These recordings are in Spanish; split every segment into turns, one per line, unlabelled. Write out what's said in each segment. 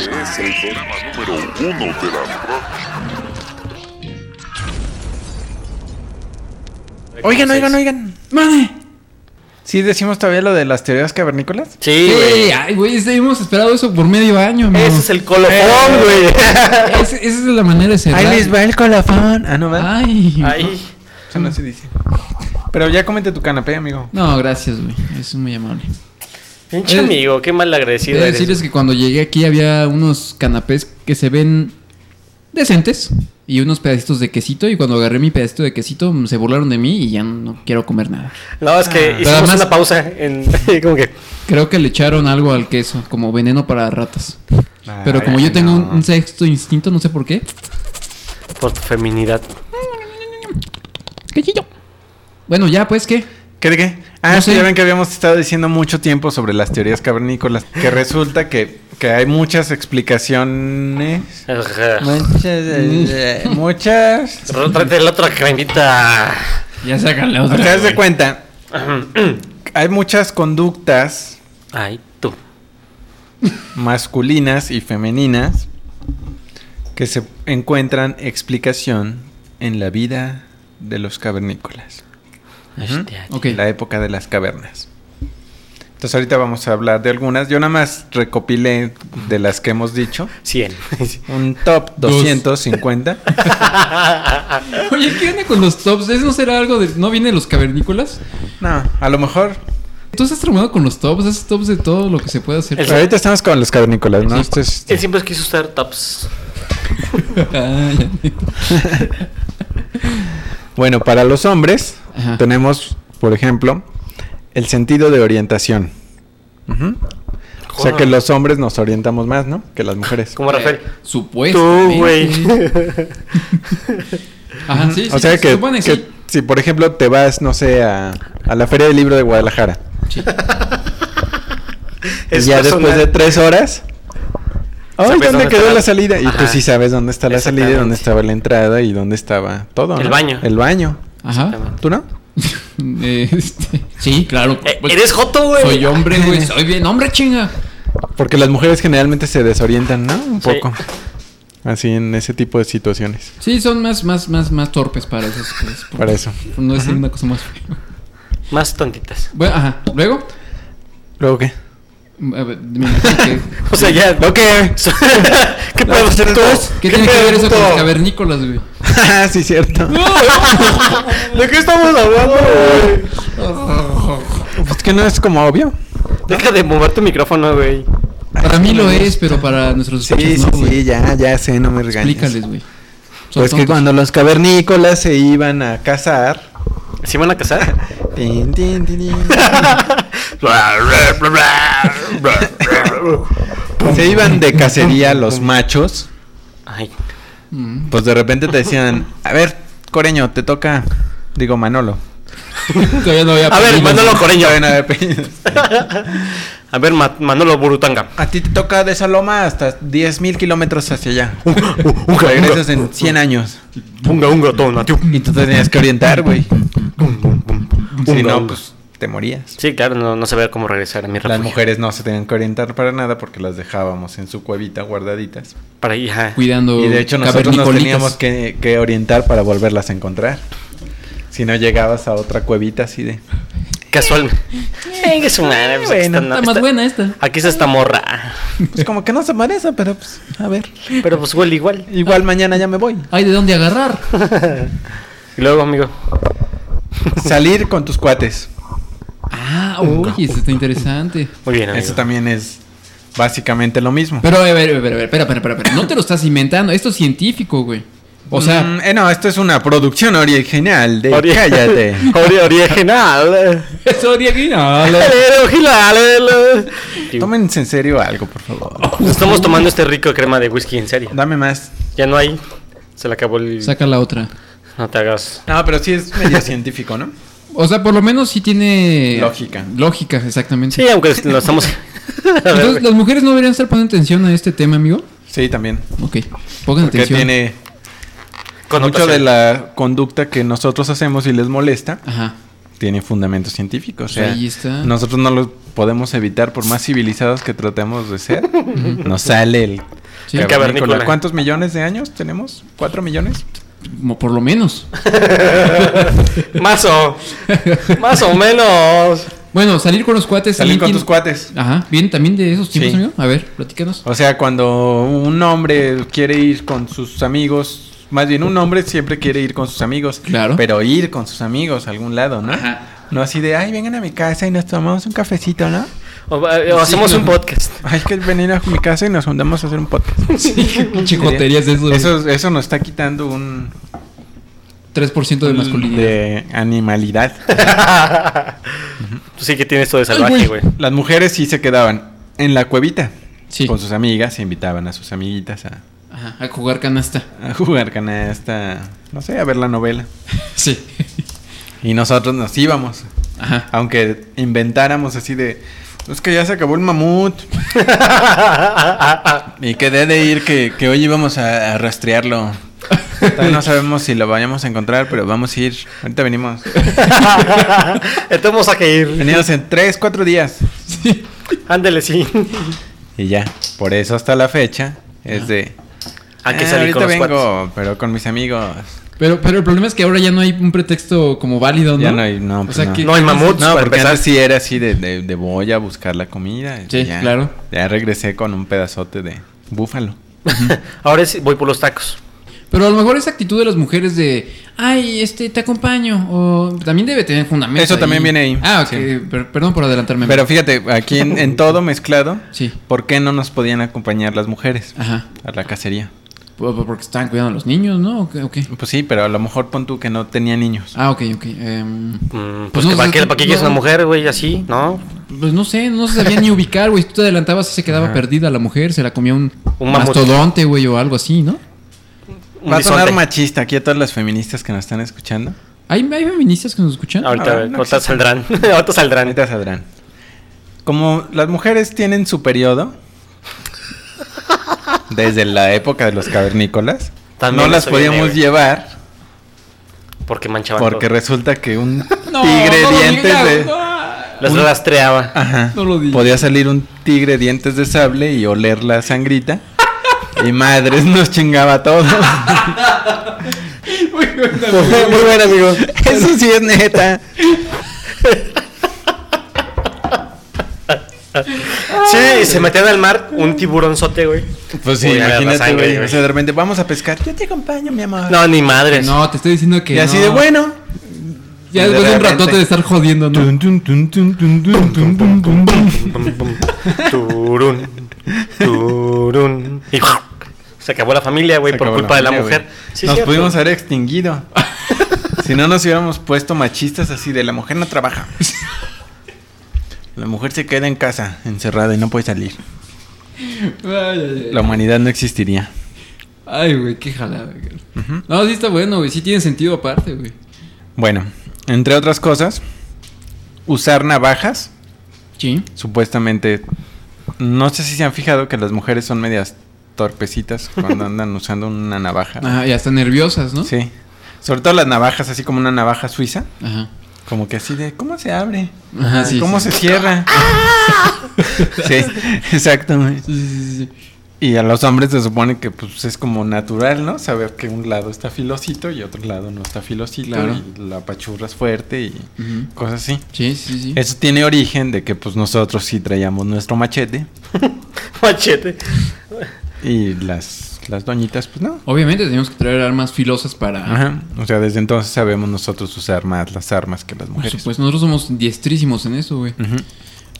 Este es el programa número uno de la radio.
Oigan, oigan, oigan.
Madre.
¿Sí decimos todavía lo de las teorías cavernícolas?
Sí,
Sí,
güey.
ay, güey, este, hemos esperado eso por medio año, amigo.
Ese es el colofón, güey.
Es- esa es la manera de cerrar.
el colofón. Ah, no, ¿verdad?
Ay.
Ahí.
Eso no se dice. Pero ya comete tu canapé, amigo.
No, gracias, güey. Es muy amable.
Pinche
Eh,
amigo, qué mal agradecido
Quiero
eres.
decirles que cuando llegué aquí había unos canapés que se ven decentes y unos pedacitos de quesito. Y cuando agarré mi pedacito de quesito, mm, se burlaron de mí y ya no quiero comer nada.
No, es que hicimos
además-
una pausa en como que
Creo que le echaron algo al queso, como veneno para ratas. Pero
Ay,
como yo tengo un,
no.
un sexto instinto, no sé por qué.
por tu feminidad.
Quesito. Bueno, ya, pues, ¿qué?
¿Qué de qué? Ah,
No
sí,
sé.
ya ven que habíamos estado diciendo mucho tiempo sobre las teorías cavernícolas. Que resulta que, que hay muchas explicaciones.
eh,
Muchas. muchas.
Tráete la otra cremita.
Ya sacan la
Te das de cuenta, hay muchas conductas
Ay, tú.
masculinas y femeninas que se encuentran explicación en la vida de los cavernícolas,
Hostia.
Ok.
en la época de las cavernas. Entonces ahorita vamos a hablar de algunas. Yo nada más recopilé de las que hemos dicho
Cien.
un top
Dos.
250.
Oye, ¿qué onda con los tops? ¿Eso no será algo de... ¿No viene de los cavernícolas?
No, a lo mejor.
¿Tú estás traumado con los tops? Esos tops de todo lo que se puede hacer.
Pero ahorita estamos con los cavernícolas, ¿no? Esto es-
Él siempre quiso usar tops.
Ah, ya.
Bueno, para los hombres
Ajá.
tenemos, por ejemplo, el sentido de orientación. Ujú. O sea que los hombres nos orientamos más, ¿no? Que las mujeres.
Eh,
Como Rafael.
Supuesto.
Tú, güey.
Ajá, sí, sí.
o sea
sí, se
que,
supone que
que
sí.
si por ejemplo te vas, no sé, a, a la Feria del Libro de Guadalajara.
Sí.
Es
y ya después
personal.
de tres horas... ¡Ay,
Sabes
¿dónde,
dónde
quedó
está la-
la salida? Y tú
Ajá.
sí sabes dónde está la salida, y dónde
Exactamente.
estaba la entrada y dónde estaba todo.
El
¿no?
baño.
El baño.
Ajá.
¿Tú no?
Eh, este, sí, claro.
Eh,
pues,
eres joto, güey.
Soy hombre, güey. Soy bien hombre, chinga.
Porque las mujeres generalmente se desorientan, ¿no? Un
Sí.
poco. Así en ese tipo de situaciones.
Sí, son más, más, más, más torpes para esas cosas. por-
Para eso.
por no decir una cosa más fea.
Más tontitas.
Bueno, ajá. Luego.
¿Luego qué?
a ver, me imagino que-
O sea, ya.
¿Lo qué?
¿Qué podemos hacer todos?
¿Qué tiene que ver eso con los
pedo?
cavernícolas, güey?
Ah, sí, cierto.
¿De qué estamos hablando, güey?
Oh.
Es pues que no es como obvio.
Deja de mover tu micrófono, güey.
Para mí lo es, pero para nuestros
Sí,
escuchas
sí,
no, güey.
sí, ya, ya sé, no me regañes.
Explícales, güey. Son
Pues que
tontos.
cuando los cavernícolas se iban a cazar.
¿Se van a casar?
tin, tin, tin, tin, se iban de cacería los machos.
Ay,
Mm.
Pues de repente te decían, a ver, Coreño, te toca. Digo, Manolo.
Todavía no había
A ver,
apellidos,
Manolo
güey.
Coreño.
Ven, a ver, apellidos.
A ver, Ma- Manolo Burutanga.
A ti te toca de esa loma hasta 10.000 kilómetros hacia allá. Regresas en 100 años.
Bunga, unga, tona, tiu.
Y tú te tenías que orientar, güey. Si no, pues te morías.
Sí, claro, no, no sabía cómo regresar a mi
Las
refugio.
mujeres no se tenían que orientar para nada porque las dejábamos en su cuevita guardaditas.
Para ahí, ajá.
Cuidando
Y de hecho nosotros nos
cavernicolitas.
teníamos que, que orientar para volverlas a encontrar. Si no llegabas a otra cuevita así de...
Casual. Eh, que su madre, pues, aquí está- no,
Está más
está-
buena esta.
Aquí está esta morra.
Pues como que no se parece, pero pues a ver.
Pero pues huele igual.
Igual mañana ya me voy.
Hay de dónde agarrar.
Y luego, amigo.
Salir con tus cuates.
Ah, oye, eso está interesante.
Muy bien, amigo.
Eso también es básicamente lo mismo.
Pero, a ver, a ver, a ver, a ver, espera, espera, espera, espera. No te lo estás inventando. Esto es científico, güey. O sea,
Mm, eh, no, esto es una producción original de
Ori-
Cállate.
Ori- original.
es original.
Original.
Tómense en serio algo, por favor.
Nos Estamos tomando este rico crema de whisky, en serio.
Dame más.
Ya no hay. Se le acabó el.
Saca la otra.
No te hagas.
No, pero sí es medio científico, ¿no?
O sea, por lo menos sí tiene...
Lógica.
Lógica, exactamente.
Sí, aunque lo estamos. A ver,
Entonces,
güey.
las mujeres no deberían estar poniendo atención a este tema, amigo.
Sí, también.
Ok,
Porque
pongan atención.
tiene
Connotación.
mucho de la conducta que nosotros hacemos y les molesta.
Ajá.
tiene fundamento científico. O sea,
Ahí está.
nosotros no lo podemos evitar por más civilizados que tratemos de ser. Nos sale el
Sí.
cavernícola.
El
cavernícola.
¿Cuántos millones de años tenemos? ¿Cuatro millones?
Mo- Por lo menos.
Más o, más o menos.
Bueno, salir con los cuates.
Salir con
también
tus cuates.
Ajá, bien, también de esos tiempos,
Sí.
amigo. A ver, platícanos.
O sea, cuando un hombre quiere ir con sus amigos, más bien un hombre siempre quiere ir con sus amigos.
Claro.
Pero ir con sus amigos a algún lado, ¿no?
Ajá.
No así de, ay, vengan a mi casa y nos tomamos un cafecito, ¿no?
O, eh, o hacemos un podcast.
Hay que venir a mi casa y nos juntamos a hacer un podcast.
Chicoterías de esos.
Eso, eso nos está quitando un...
3% de masculinidad.
De animalidad.
Tú sí que tienes todo de salvaje, güey.
Las mujeres sí se quedaban en la cuevita.
Sí.
Con sus amigas, invitaban a sus amiguitas a,
Ajá, a jugar canasta.
a jugar canasta, no sé, a ver la novela.
Sí.
Y nosotros nos íbamos.
Ajá.
Aunque inventáramos así de. Es que ya se acabó el mamut. Y quedé de ir que, que hoy íbamos a, a rastrearlo. Todavía no sabemos si lo vayamos a encontrar, pero vamos a ir. Ahorita venimos.
Estamos a que ir.
Venimos en 3, 4 días.
Ándele, sí.
Y ya. Por eso hasta la fecha es de.
Hay Ah. que
"Ah,
salir con
ahorita
los cuates.
vengo, pero con mis amigos.
Pero, pero el problema es que ahora ya no hay un pretexto como válido, ¿no?
Ya no hay- no,
o
pues
sea
no.
que.
No hay mamut.
No,
para
porque
empezar.
antes sí era así de, de, de voy a buscar la comida.
Sí,
ya,
claro.
Ya regresé con un pedazote de búfalo.
Ahora sí, voy por los tacos.
Pero a lo mejor esa actitud de las mujeres de. Ay, este, te acompaño. O también debe tener fundamento.
Eso también viene ahí,
Ah, ok.
sí.
per- perdón por adelantarme.
Pero fíjate, aquí en, en todo mezclado,
Sí.
¿por qué no nos podían acompañar las mujeres
Ajá.
a la cacería?
Por- por- Pues, Porque estaban cuidando a los niños, ¿no? ¿O qué? o qué?
Pues sí, pero a lo mejor pon tú que no tenía niños.
Ah, ok, ok. em,
Mm,
Pues
pues,
no,
que ¿para
no,
qué, para qué quieres
no.
una mujer, güey? Así, ¿no?
pues no sé, no se sabía ni ubicar, güey. Si tú te adelantabas, se quedaba perdida la mujer, se la comía un,
Un mamut.
mastodonte, güey, o algo así, ¿no?
Un
Va a sonar
bisonte.
machista aquí a todas las feministas que nos están escuchando.
¿Hay, hay feministas que nos escuchan?
Ahorita,
Ah, no
ahorita
existe.
saldrán. ahorita saldrán.
Ahorita sabrán. Como las mujeres tienen su periodo desde la época de los cavernícolas,
También
no las
eso viene,
podíamos
güey.
llevar
Porque manchaban
porque
todo.
resulta que un
No,
tigre
no lo
dientes
digas,
de
no.
Las rastreaba.
Ajá.
No lo digas.
Podía salir un tigre dientes de sable y oler la sangrita. Y madres nos chingaba todo.
Muy buena, güey.
Muy bueno, amigo. Eso sí es neta.
Sí, se metían al mar un tiburón sote, güey.
Pues sí,
Uy, a ver, la
imagínate,
sangre,
güey.
güey.
O sea, de repente vamos a pescar. Yo te acompaño, mi amor.
No, ni madres.
No, te estoy diciendo que.
y así
no.
de bueno.
Ya después de un
Realmente.
ratote de estar jodiendo, ¿no?
Tun, tun, tun, tun, tun, tun, tun, tun, tun, tun.
Pum, pum. Turun. Turun. Y se acabó la familia, güey,
Se
por
acabó
culpa de la
Ah, familia,
mujer.
güey.
Sí,
nos
cierto.
pudimos haber extinguido. si no nos hubiéramos puesto machistas así de la mujer no trabaja. La mujer se queda en casa, encerrada y no puede salir.
Ay, ay, ay.
La humanidad no existiría.
Ay, güey, qué jalada, güey. No, sí está bueno, güey. Sí tiene sentido aparte, güey.
Bueno, entre otras cosas, usar navajas,
Sí.
supuestamente, no sé si se han fijado que las mujeres son medias torpecitas cuando andan usando una navaja.
Ah,
Ajá, y hasta nerviosas, ¿no?
Sí. Sobre todo las navajas, así como una navaja suiza,
Ajá.
como que así de, ¿cómo se abre?
Ajá, Ah, sí.
¿Cómo
sí.
se cierra? sí, exactamente.
Sí, sí, sí, sí.
Y a los hombres se supone que pues es como natural, ¿no? Saber que un lado está filosito y otro lado no está filosito.
Claro.
Y la pachurras fuerte y
Ujú.
cosas así.
Sí, sí, sí.
Eso tiene origen de que pues nosotros sí traíamos nuestro machete
Machete.
y las, las doñitas pues no.
Obviamente teníamos que traer armas filosas para...
Ajá. O sea, desde entonces sabemos nosotros usar más las armas que las
Por
mujeres.
supuesto, Pues, nosotros somos diestrísimos en eso, güey.
Ujú.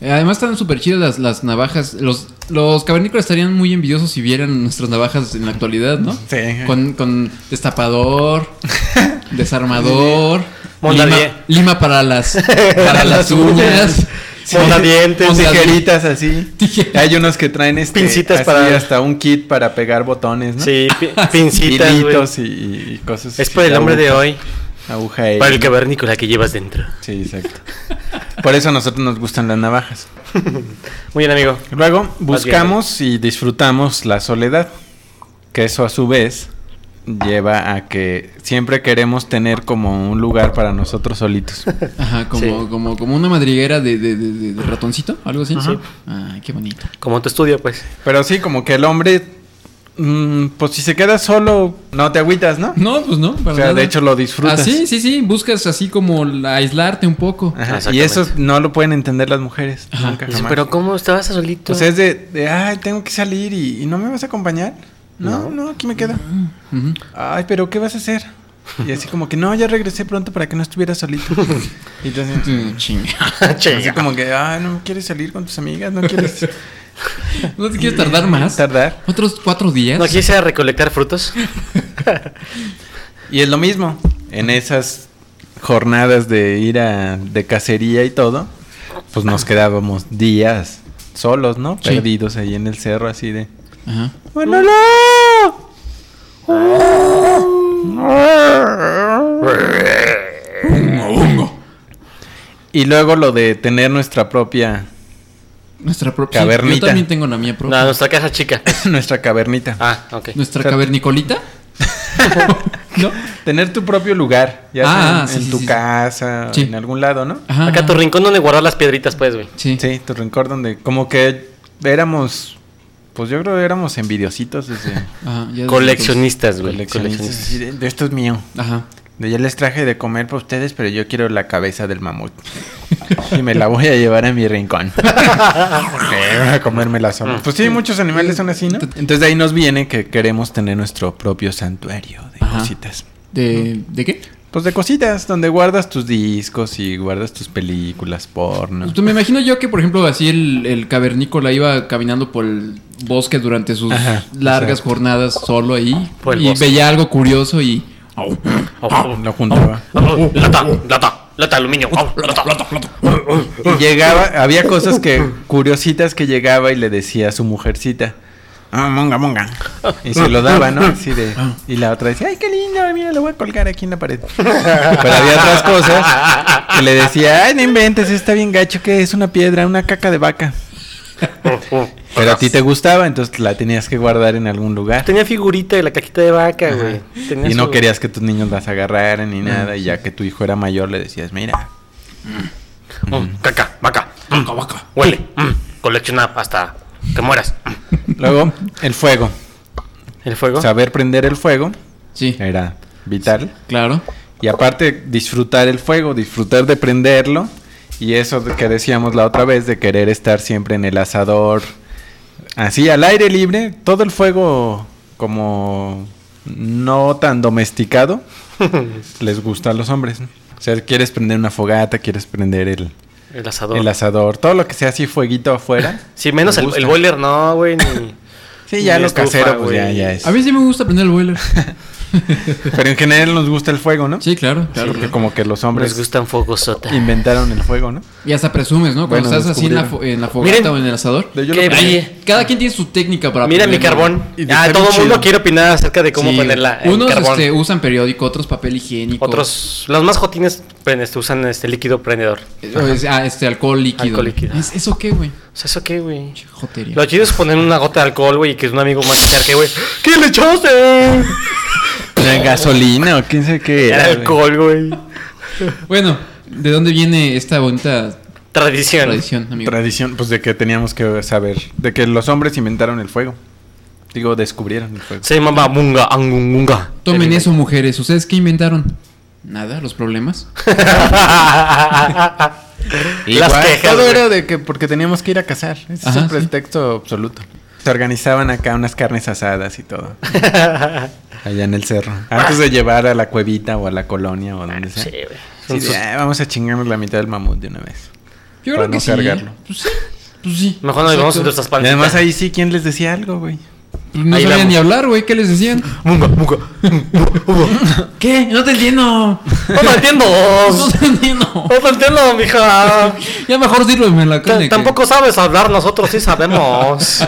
Eh, Además están súper chidas las, las navajas. Los, los cavernícolas estarían muy envidiosos si vieran nuestras navajas en la actualidad, ¿no?
Sí.
Con, con destapador, desarmador,
Monda
lima,
bien.
lima para las, para las uñas.
Sí. Mondadientes,
Con
mondadientes.
tijeritas así.
Tijeritas.
Hay unos que traen este,
Pincitas
así,
para-
hasta un kit para pegar botones, ¿no?
Sí, pi- pincitas, güey.
Hilitos y, y cosas.
Es
así,
por el hombre de
aguja-
hoy.
Aguja E.
Para el cavernícola que llevas dentro.
Sí, exacto. Por eso a nosotros nos gustan las navajas.
Muy bien, amigo.
Luego
Más bien,
buscamos y disfrutamos la soledad, que eso a su vez lleva a que siempre queremos tener como un lugar para nosotros solitos.
Ajá, como,
Sí.
como, como una madriguera de, de- de- de- de ratoncito, algo así.
Ajá.
Ay, qué bonito.
Como en tu estudio, pues.
Pero sí, como que el hombre, mm, pues si se queda solo, no te agüitas, ¿no?
No, pues no. para
O sea,
nada.
de hecho lo disfrutas.
Ah, sí, sí, sí. Buscas así como la- aislarte un poco.
Ajá, Y
Exactamente.
eso no lo pueden entender las mujeres.
Ajá.
Nunca
Dice,
jamás.
Pero ¿cómo estabas solito?
O sea, Pues es de, de, ay, tengo que salir y, y no me vas a acompañar. No, no, aquí me quedo.
Mm. Ujú.
Ay, pero ¿qué vas a hacer? Y así como que, no, ya regresé pronto para que no estuviera solito. Y entonces,
Mm, chinga.
así como que, ay, no quieres salir con tus amigas, no quieres
¿No te quieres tardar más?
tardar.
¿Otros cuatro días?
¿No quise recolectar frutos?
Y es lo mismo, en esas jornadas de ir a, de cacería y todo, pues nos quedábamos días solos, ¿no?
Sí.
Perdidos ahí en el cerro, así de...
Ajá.
¡Manolo! Y luego lo de tener nuestra propia,
Nuestra propia.
Cavernita.
Yo también tengo la mía propia.
No, nuestra casa chica.
nuestra cavernita.
Ah, ok.
¿Nuestra
O sea,
cavernicolita? ¿No?
Tener tu propio lugar, ya
Ah,
sea en,
sí,
en
sí,
tu
sí, sí.
casa,
Sí.
en algún lado, ¿no?
Ajá.
Acá tu rincón donde guardar las piedritas, pues, güey.
Sí.
Sí, tu rencor donde como que éramos, pues yo creo que éramos envidiositos desde
Ajá, ya desde
Coleccionistas, güey.
coleccionistas.
Coleccionistas.
así de, de esto es mío.
entonces. Ajá.
De ya les traje de comer para ustedes, pero yo quiero la cabeza del mamut. Y me la voy a llevar a mi rincón. Eh, voy a comérmela sola. Pues sí, muchos animales son así, ¿no? Entonces de ahí nos viene que queremos tener nuestro propio santuario de
Ajá.
cositas.
¿De, ¿De qué?
Pues de cositas, donde guardas tus discos y guardas tus películas porno.
Pues me imagino yo que, por ejemplo, así el, el cavernícola iba caminando por el bosque durante sus
Ajá,
largas
exacto.
jornadas solo ahí.
Por el
y
bosque.
veía algo curioso y.
Lo juntaba.
Oh, lata,
uh,
lata, lata, aluminio. oh, lata, lata.
Y llegaba, había cosas que, curiositas que llegaba y le decía a su mujercita. Ah, monga, monga. Ah. Y se lo daba, ¿no? Así de. Y la otra decía, ay, qué lindo, mira, lo voy a colgar aquí en la pared. Pero había otras cosas que le decía, ay, no inventes, está bien gacho, que es una piedra, una caca de vaca.
Oh,
Pero a ti te gustaba, entonces la tenías que guardar en algún lugar.
Tenía figurita de la caquita de vaca, güey. Tenía
Y no
su-
querías que tus niños las agarraran ni nada. Y ya que tu hijo era mayor, le decías, mira,
Mm, caca, vaca. mm, Huele. mm, Colecciona hasta que mueras. Mm.
Luego, el fuego.
¿El fuego?
Saber prender el fuego
Sí,
era vital.
claro.
Y aparte, disfrutar el fuego, disfrutar de prenderlo. Y eso de que decíamos la otra vez, de querer estar siempre en el asador. Así, al aire libre, todo el fuego como no tan domesticado, les gusta a los hombres. ¿no? O sea, quieres prender una fogata, quieres prender el,
el asador.
el asador, todo lo que sea así fueguito afuera.
Sí, menos
Me
el,
gusta.
el boiler, no, güey. ni-
Sí, ya
ni
lo
estufa,
casero, pues
güey.
ya, ya es.
A mí sí me gusta prender el boiler.
Pero en general nos gusta el fuego, ¿no?
Sí, claro, claro.
Porque como que los hombres
Les gustan fogosota.
inventaron el fuego, ¿no?
Y hasta presumes, ¿no? Cuando
Bueno,
estás así en la, fo-
descubrieron.
en la fogata
Miren.
o en el asador.
Yo lo
Qué
prendí.
bien.
Cada quien tiene su técnica para
Mira mi
prender, ¿no?
carbón.
Y está
Ah,
bien
todo el
chido.
mundo quiere opinar acerca de cómo
Sí.
ponerla. en
Unos
carbón.
este, usan periódico, otros papel higiénico.
Otros, los más jotines prenden- este, usan este líquido prendedor.
eh, o es- ah, este, alcohol líquido.
Alcohol líquido.
¿Es, ¿Eso qué, güey?
O sea, ¿eso qué, güey?
Jotería.
Lo chido es poner una gota de alcohol, güey, y que un amigo más que, güey, ¿qué le echaste?
La gasolina o quién sabe qué
Era
era. güey.
alcohol, güey.
Bueno, ¿de dónde viene esta bonita
Tradición.
tradición, amigo?
Tradición, pues de que teníamos que saber, de que los hombres inventaron el fuego. Digo, descubrieron el fuego.
Se llamaba munga, angungunga.
Tomen eso, mujeres. ¿Ustedes qué inventaron? Nada, los problemas.
Las
Igual,
quejas.
Todo
güey.
era de que porque teníamos que ir a cazar. Ese es
Ajá,
el
sí.
pretexto absoluto. Se organizaban acá unas carnes asadas y todo. Allá en el cerro. Antes de llevar a la cuevita o a la colonia o donde sea.
Ah, Sí, güey.
Sí, de, "Ah, vamos a chingarnos la mitad del mamut de una vez.
Yo
Para
creo que
no
sí.
cargarlo.
Pues sí. Pues sí.
Mejor nos vamos
Exacto.
entre nuestras
Y
palmas.
además ahí sí, ¿quién les decía algo, güey?
Pues no
ahí
sabían
vamos.
ni hablar, güey. ¿Qué les decían?
Munga, munga.
¿Qué? No te entiendo.
No te entiendo.
No
No
te entiendo.
te entiendo, mija.
Ya mejor sírveme la carne.
T-
que-
Tampoco sabes hablar, nosotros sí sabemos.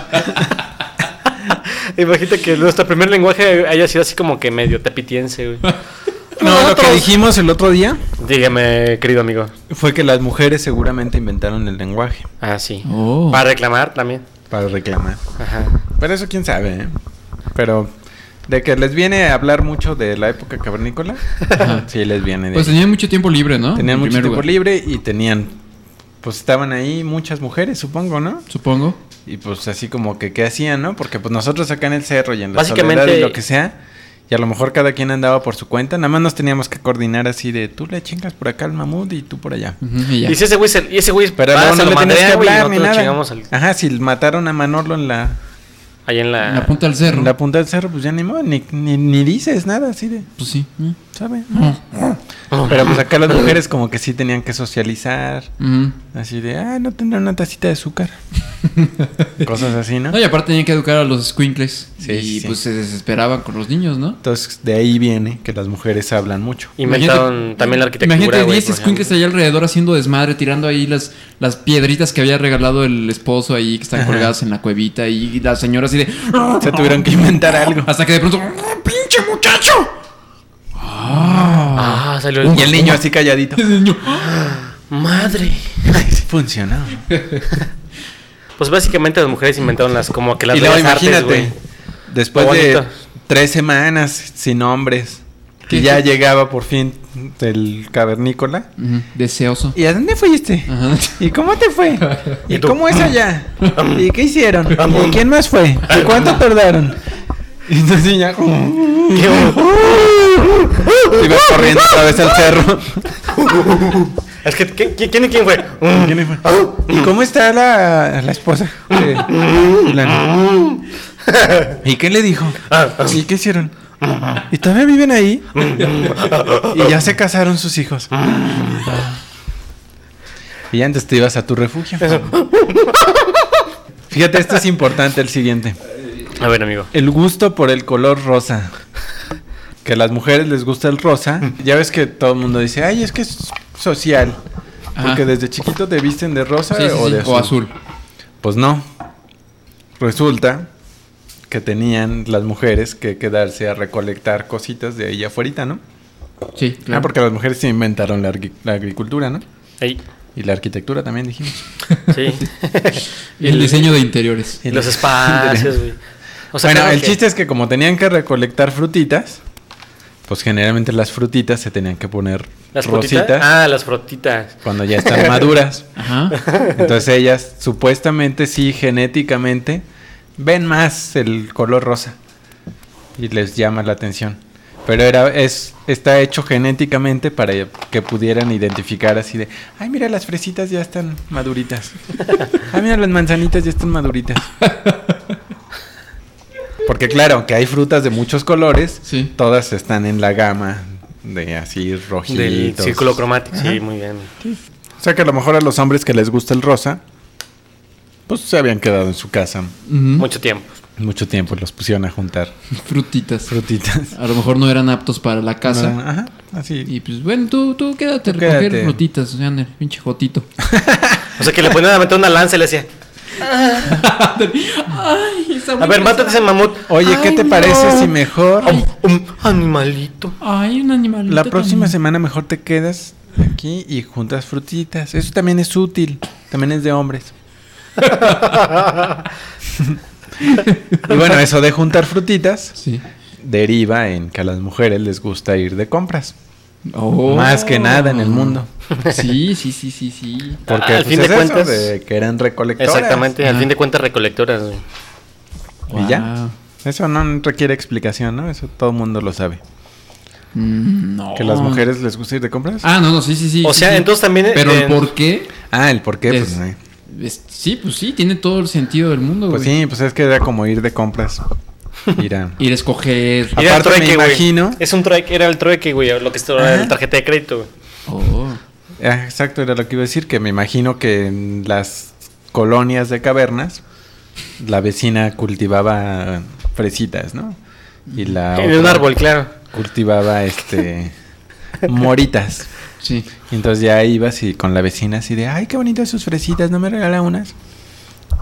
Imagínate que nuestro primer lenguaje haya sido así como que medio tepitiense, güey.
No, lo que
Nosotros-
dijimos el otro día
Dígame, querido amigo.
fue que las mujeres seguramente inventaron el lenguaje
Ah, sí.
Oh.
Para reclamar también.
para reclamar.
Ajá.
Pero eso quién sabe, ¿eh? Pero De que les viene a hablar mucho de la época cavernícola.
Ajá.
Sí, les viene de
Pues
ahí.
tenían mucho tiempo libre, ¿no?
Tenían
En
mucho
primer
tiempo
lugar,
libre y tenían. Pues estaban ahí muchas mujeres, supongo, ¿no?
Supongo.
Y pues así como que qué hacían, ¿no? Porque pues nosotros acá en el cerro y en la
Básicamente-
soledad y lo que sea. Y a lo mejor cada quien andaba por su cuenta. Nada más nos teníamos que coordinar así de tú le chingas por acá al mamut y tú por allá.
Ujú, y ya.
Y si ese güey se, y ese güey
Pero
va,
no,
Ah, se lo
no le tenías que
madrea, güey, y
hablar ni
nosotros
nada.
chingamos al-
Ajá, si mataron a Manolo en la,
ahí en la,
En la punta del cerro.
en la punta del cerro, pues ya ni modo, ni, ni, ni dices nada así de,
Pues sí. ¿eh?
¿sabes? Pero pues acá las mujeres como que sí tenían que socializar.
Ujú.
Así de, ah, no tendrán una tacita de azúcar. Cosas así, ¿no?
No, y aparte tenían que educar a los squinkles.
Sí,
y
sí, sí.
pues se desesperaban con los niños, ¿no?
Entonces de ahí viene que las mujeres hablan mucho.
Inventaron
Imagínate-
también la arquitectura.
Imagínate
güey,
10
por
squinkles
ejemplo.
allá alrededor haciendo desmadre, tirando ahí las, las piedritas que había regalado el esposo ahí, que están colgadas en la cuevita, y la señora así de.
Se tuvieron que inventar algo.
Hasta que de pronto. "¡Ah, ¡Pinche muchacho!
Ah, salió
Y el niño así calladito.
Ese niño,
Madre.
Funcionó.
Pues básicamente las mujeres inventaron las como que las
Y luego
bellas artes,
imagínate,
güey.
después
Qué
de
bonito.
tres semanas sin hombres, que
¿Qué?
ya llegaba por fin el cavernícola.
Ujú, Deseoso.
¿Y a dónde fuiste?
Ajá.
¿Y cómo te fue? ¿Y,
¿Y tú?
cómo es allá? ¿Y qué hicieron? ¿Y quién más fue? ¿Y cuánto tardaron? Y entonces ya
Qué bo-
iba corriendo otra vez al cerro.
Es que, ¿quién, quién, quién, quién fue?
¿Quién fue? ¿Y cómo está la, la esposa? de fulano? ¿Y qué le dijo? ¿Y qué hicieron? ¿Y todavía viven ahí? Y ya se casaron sus hijos. Y antes te ibas a tu refugio. Fíjate, esto es importante, el siguiente.
A ver, amigo.
El gusto por el color rosa. Que a las mujeres les gusta el rosa. Ya ves que todo el mundo dice, ay, es que es social.
Ajá.
Porque desde chiquito te visten de rosa
Sí, sí,
o
sí,
de azul.
O azul.
Pues no. Resulta que tenían las mujeres que quedarse a recolectar cositas de ahí afuera, ¿no?
Sí, claro.
Ah, porque las mujeres se inventaron la, arqui- la agricultura, ¿no?
Ahí.
Y la arquitectura también dijimos.
Sí.
Y el diseño de interiores.
Y los espacios, güey. O sea,
bueno,
claro
el
que-
chiste es que como tenían que recolectar frutitas, pues generalmente las frutitas se tenían que poner
Las
rositas
frotitas. Ah, las frotitas.
cuando ya están maduras.
Ajá.
Entonces ellas supuestamente sí genéticamente ven más el color rosa y les llama la atención. Pero era es está hecho genéticamente para que pudieran identificar así de, ay mira las fresitas ya están maduritas. Ay mira las manzanitas ya están maduritas. Porque claro, aunque hay frutas de muchos colores,
Sí.
todas están en la gama de así rojitos.
Del círculo cromático. Sí, muy bien.
¿Mm? O sea que a lo mejor a los hombres que les gusta el rosa, pues se habían quedado en su casa
Ujú.
Mucho tiempo.
mucho tiempo, los pusieron a juntar
Frutitas.
frutitas.
A lo mejor no eran aptos para la casa.
No, Ajá, así.
Y pues bueno, tú, tú quédate a
Tú
recoger
quédate.
frutitas, o sea, anda, pinche jotito.
O sea, que le ponían a meter una lanza y le hacía.
Ay, está muy
A ver,
pesado.
mátate ese mamut.
Oye, ¿qué
Ay,
te
no.
parece si mejor
Um, um, animalito.
Ay, un animalito.
la próxima
también.
semana mejor te quedas aquí y juntas frutitas? Eso también es útil, también es de hombres. y bueno, eso de juntar frutitas
Sí.
deriva en que a las mujeres les gusta ir de compras.
Oh.
Más que nada en el mundo.
Sí, sí, sí, sí, sí.
Porque
Ah, Al
pues,
fin de
es eso
cuentas-
de que eran recolectores.
Exactamente, al
Ah.
fin de cuentas recolectoras. güey.
Y ya. Eso no requiere explicación, ¿no? Eso todo el mundo lo sabe.
Mm, no.
Que las mujeres les gusta ir de compras. Ah,
Ah, no, no, sí, sí, sí.
O
sí,
sea,
sí.
entonces también.
Pero
eh,
el por qué.
el por qué,
es-
pues, eh.
es- sí, pues sí, tiene todo el sentido del mundo,
pues
güey.
sí, pues es que era como ir de compras. Ir a-
Ir a escoger.
Ah.
era el
aparte me
güey.
imagino-
Es un trueque, era el trueque, güey, lo que es
Ajá.
la tarjeta de crédito, güey.
Oh.
Ah, exacto, era lo que iba a decir, que me imagino que en las colonias de cavernas la vecina cultivaba fresitas, ¿no? Y la
En un
otra
árbol, claro.
cultivaba este moritas.
Sí.
Y entonces ya ibas y con la vecina así de, ay, qué bonitas sus fresitas, ¿no me regala unas?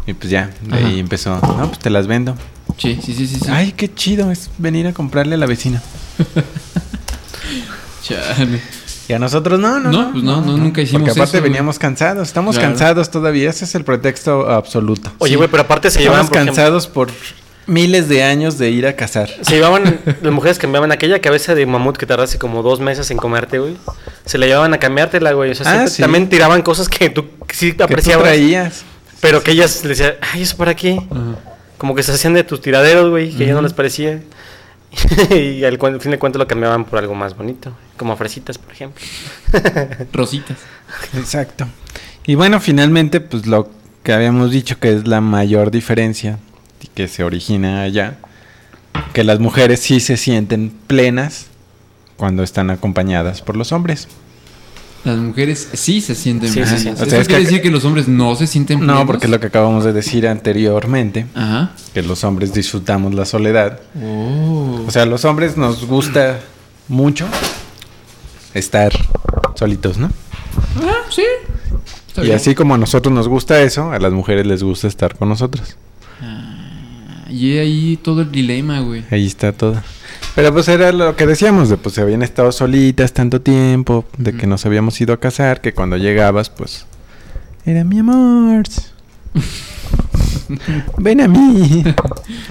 Y pues ya, de
Ajá.
ahí empezó, no, pues te las vendo.
Sí, sí, sí, sí. sí.
Ay, qué chido es venir a comprarle a la vecina.
Chale.
Y a nosotros no, no.
No, pues no, no, nunca hicimos
Porque aparte
eso, güey.
veníamos cansados, estamos
Claro.
cansados todavía, ese es el pretexto absoluto.
Oye,
Sí.
güey, pero aparte se llevaban.
Estamos
por ejemplo-
cansados por miles de años de ir a cazar.
Se llevaban, las mujeres cambiaban aquella cabeza de mamut que tardaste como dos meses en comerte, güey. Se la llevaban a cambiártela, güey. O sea,
Ah,
siempre
sí.
también tiraban cosas que tú sí
¿Qué tú
apreciabas.
traías?
Pero que ellas le decían, ay, ¿eso para qué? Como que se hacían de tus tiraderos, güey, que ya no les parecía. y al cuen- fin de cuentas lo cambiaban por algo más bonito, como fresitas, por ejemplo.
Rositas.
Exacto. Y bueno, finalmente, pues lo que habíamos dicho que es la mayor diferencia y que se origina allá, que las mujeres sí se sienten plenas cuando están acompañadas por los hombres.
Las mujeres sí se sienten
Sí, sí,
plenas.
sí. O
¿Eso
sea, es que-
quiere decir que los hombres no se sienten plenos?
No, porque es lo que acabamos de decir anteriormente,
Ajá.
que los hombres disfrutamos la soledad.
Oh.
O sea, los hombres nos gusta mucho estar solitos, ¿no?
Ah, sí. Está
Y
bien.
así como a nosotros nos gusta eso, a las mujeres les gusta estar con nosotros.
Y ahí todo el dilema, güey.
Ahí está todo. Pero pues era lo que decíamos, de pues se habían estado solitas tanto tiempo, de que nos habíamos ido a casar, que cuando llegabas, pues era mi amor. Ven a mí.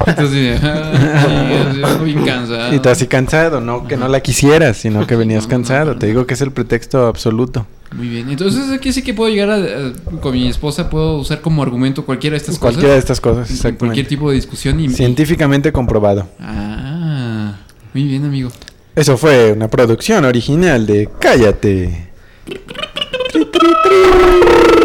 Entonces, ah, sí, estoy bien cansado.
Y tú así cansado, no que no la quisieras, sino que venías
No, no,
cansado.
no.
Te digo que es el pretexto absoluto.
Muy bien. Entonces aquí sí que puedo llegar a- a- con mi esposa, puedo usar como argumento cualquiera de estas
Cualquiera de
cosas.
estas cosas,
En Cualquier
exactamente.
tipo de discusión y...
Científicamente comprobado.
Ah, muy bien, amigo.
Eso fue una producción original de Cállate. Tri, tri, tri.